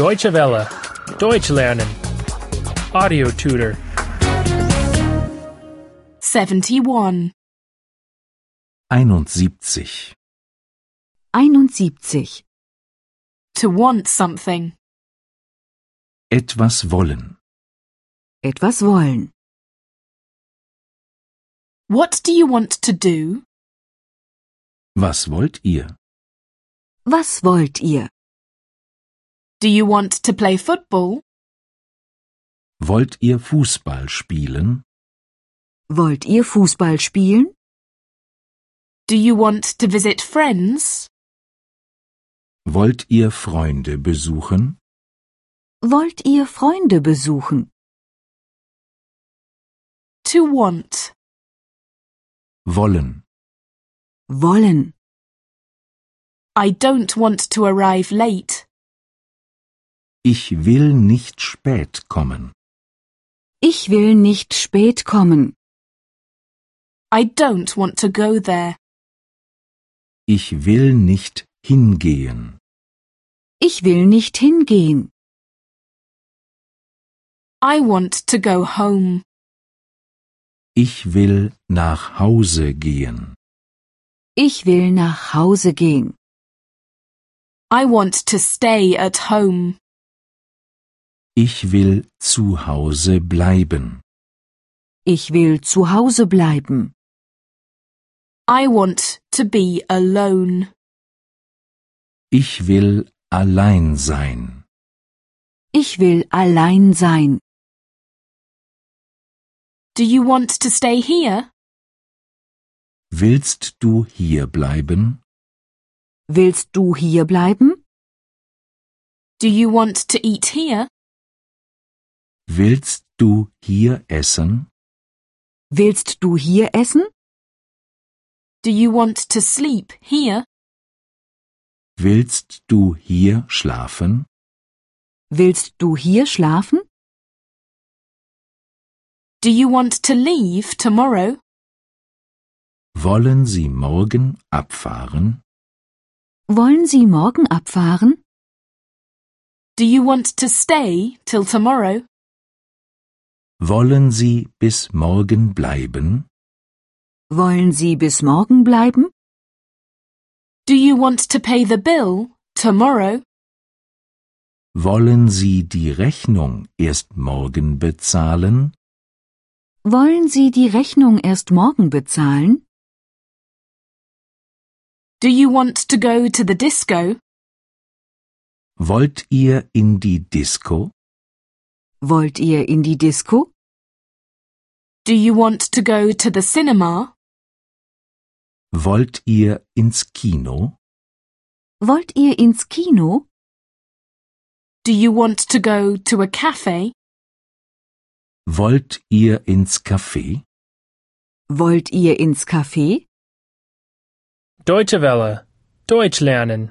Deutsche Welle. Deutsch lernen. Audio tutor. 71. 71. 71. To want something. Etwas wollen. Etwas wollen. What do you want to do? Was wollt ihr? Was wollt ihr? Do you want to play football? Wollt ihr Fußball spielen? Wollt ihr Fußball spielen? Do you want to visit friends? Wollt ihr Freunde besuchen? Wollt ihr Freunde besuchen? To want. Wollen. Wollen. I don't want to arrive late. Ich will nicht spät kommen. Ich will nicht spät kommen. I don't want to go there. Ich will nicht hingehen. Ich will nicht hingehen. I want to go home. Ich will nach Hause gehen. Ich will nach Hause gehen. I want to stay at home. Ich will zu Hause bleiben. Ich will zu Hause bleiben. I want to be alone. Ich will allein sein. Ich will allein sein. Do you want to stay here? Willst du hier bleiben? Willst du hier bleiben? Do you want to eat here? Willst du hier essen? Willst du hier essen? Do you want to sleep here? Willst du hier schlafen? Willst du hier schlafen? Do you want to leave tomorrow? Wollen Sie morgen abfahren? Wollen Sie morgen abfahren? Do you want to stay till tomorrow? Wollen Sie bis morgen bleiben? Wollen Sie bis morgen bleiben? Do you want to pay the bill tomorrow? Wollen Sie die Rechnung erst morgen bezahlen? Wollen Sie die Rechnung erst morgen bezahlen? Do you want to go to the disco? Wollt ihr in die Disco? Wollt ihr in die Disco? Do you want to go to the cinema? Wollt ihr ins Kino? Wollt ihr ins Kino? Do you want to go to a cafe? Wollt ihr ins Café? Wollt ihr ins Café? Deutsche Welle. Deutsch lernen.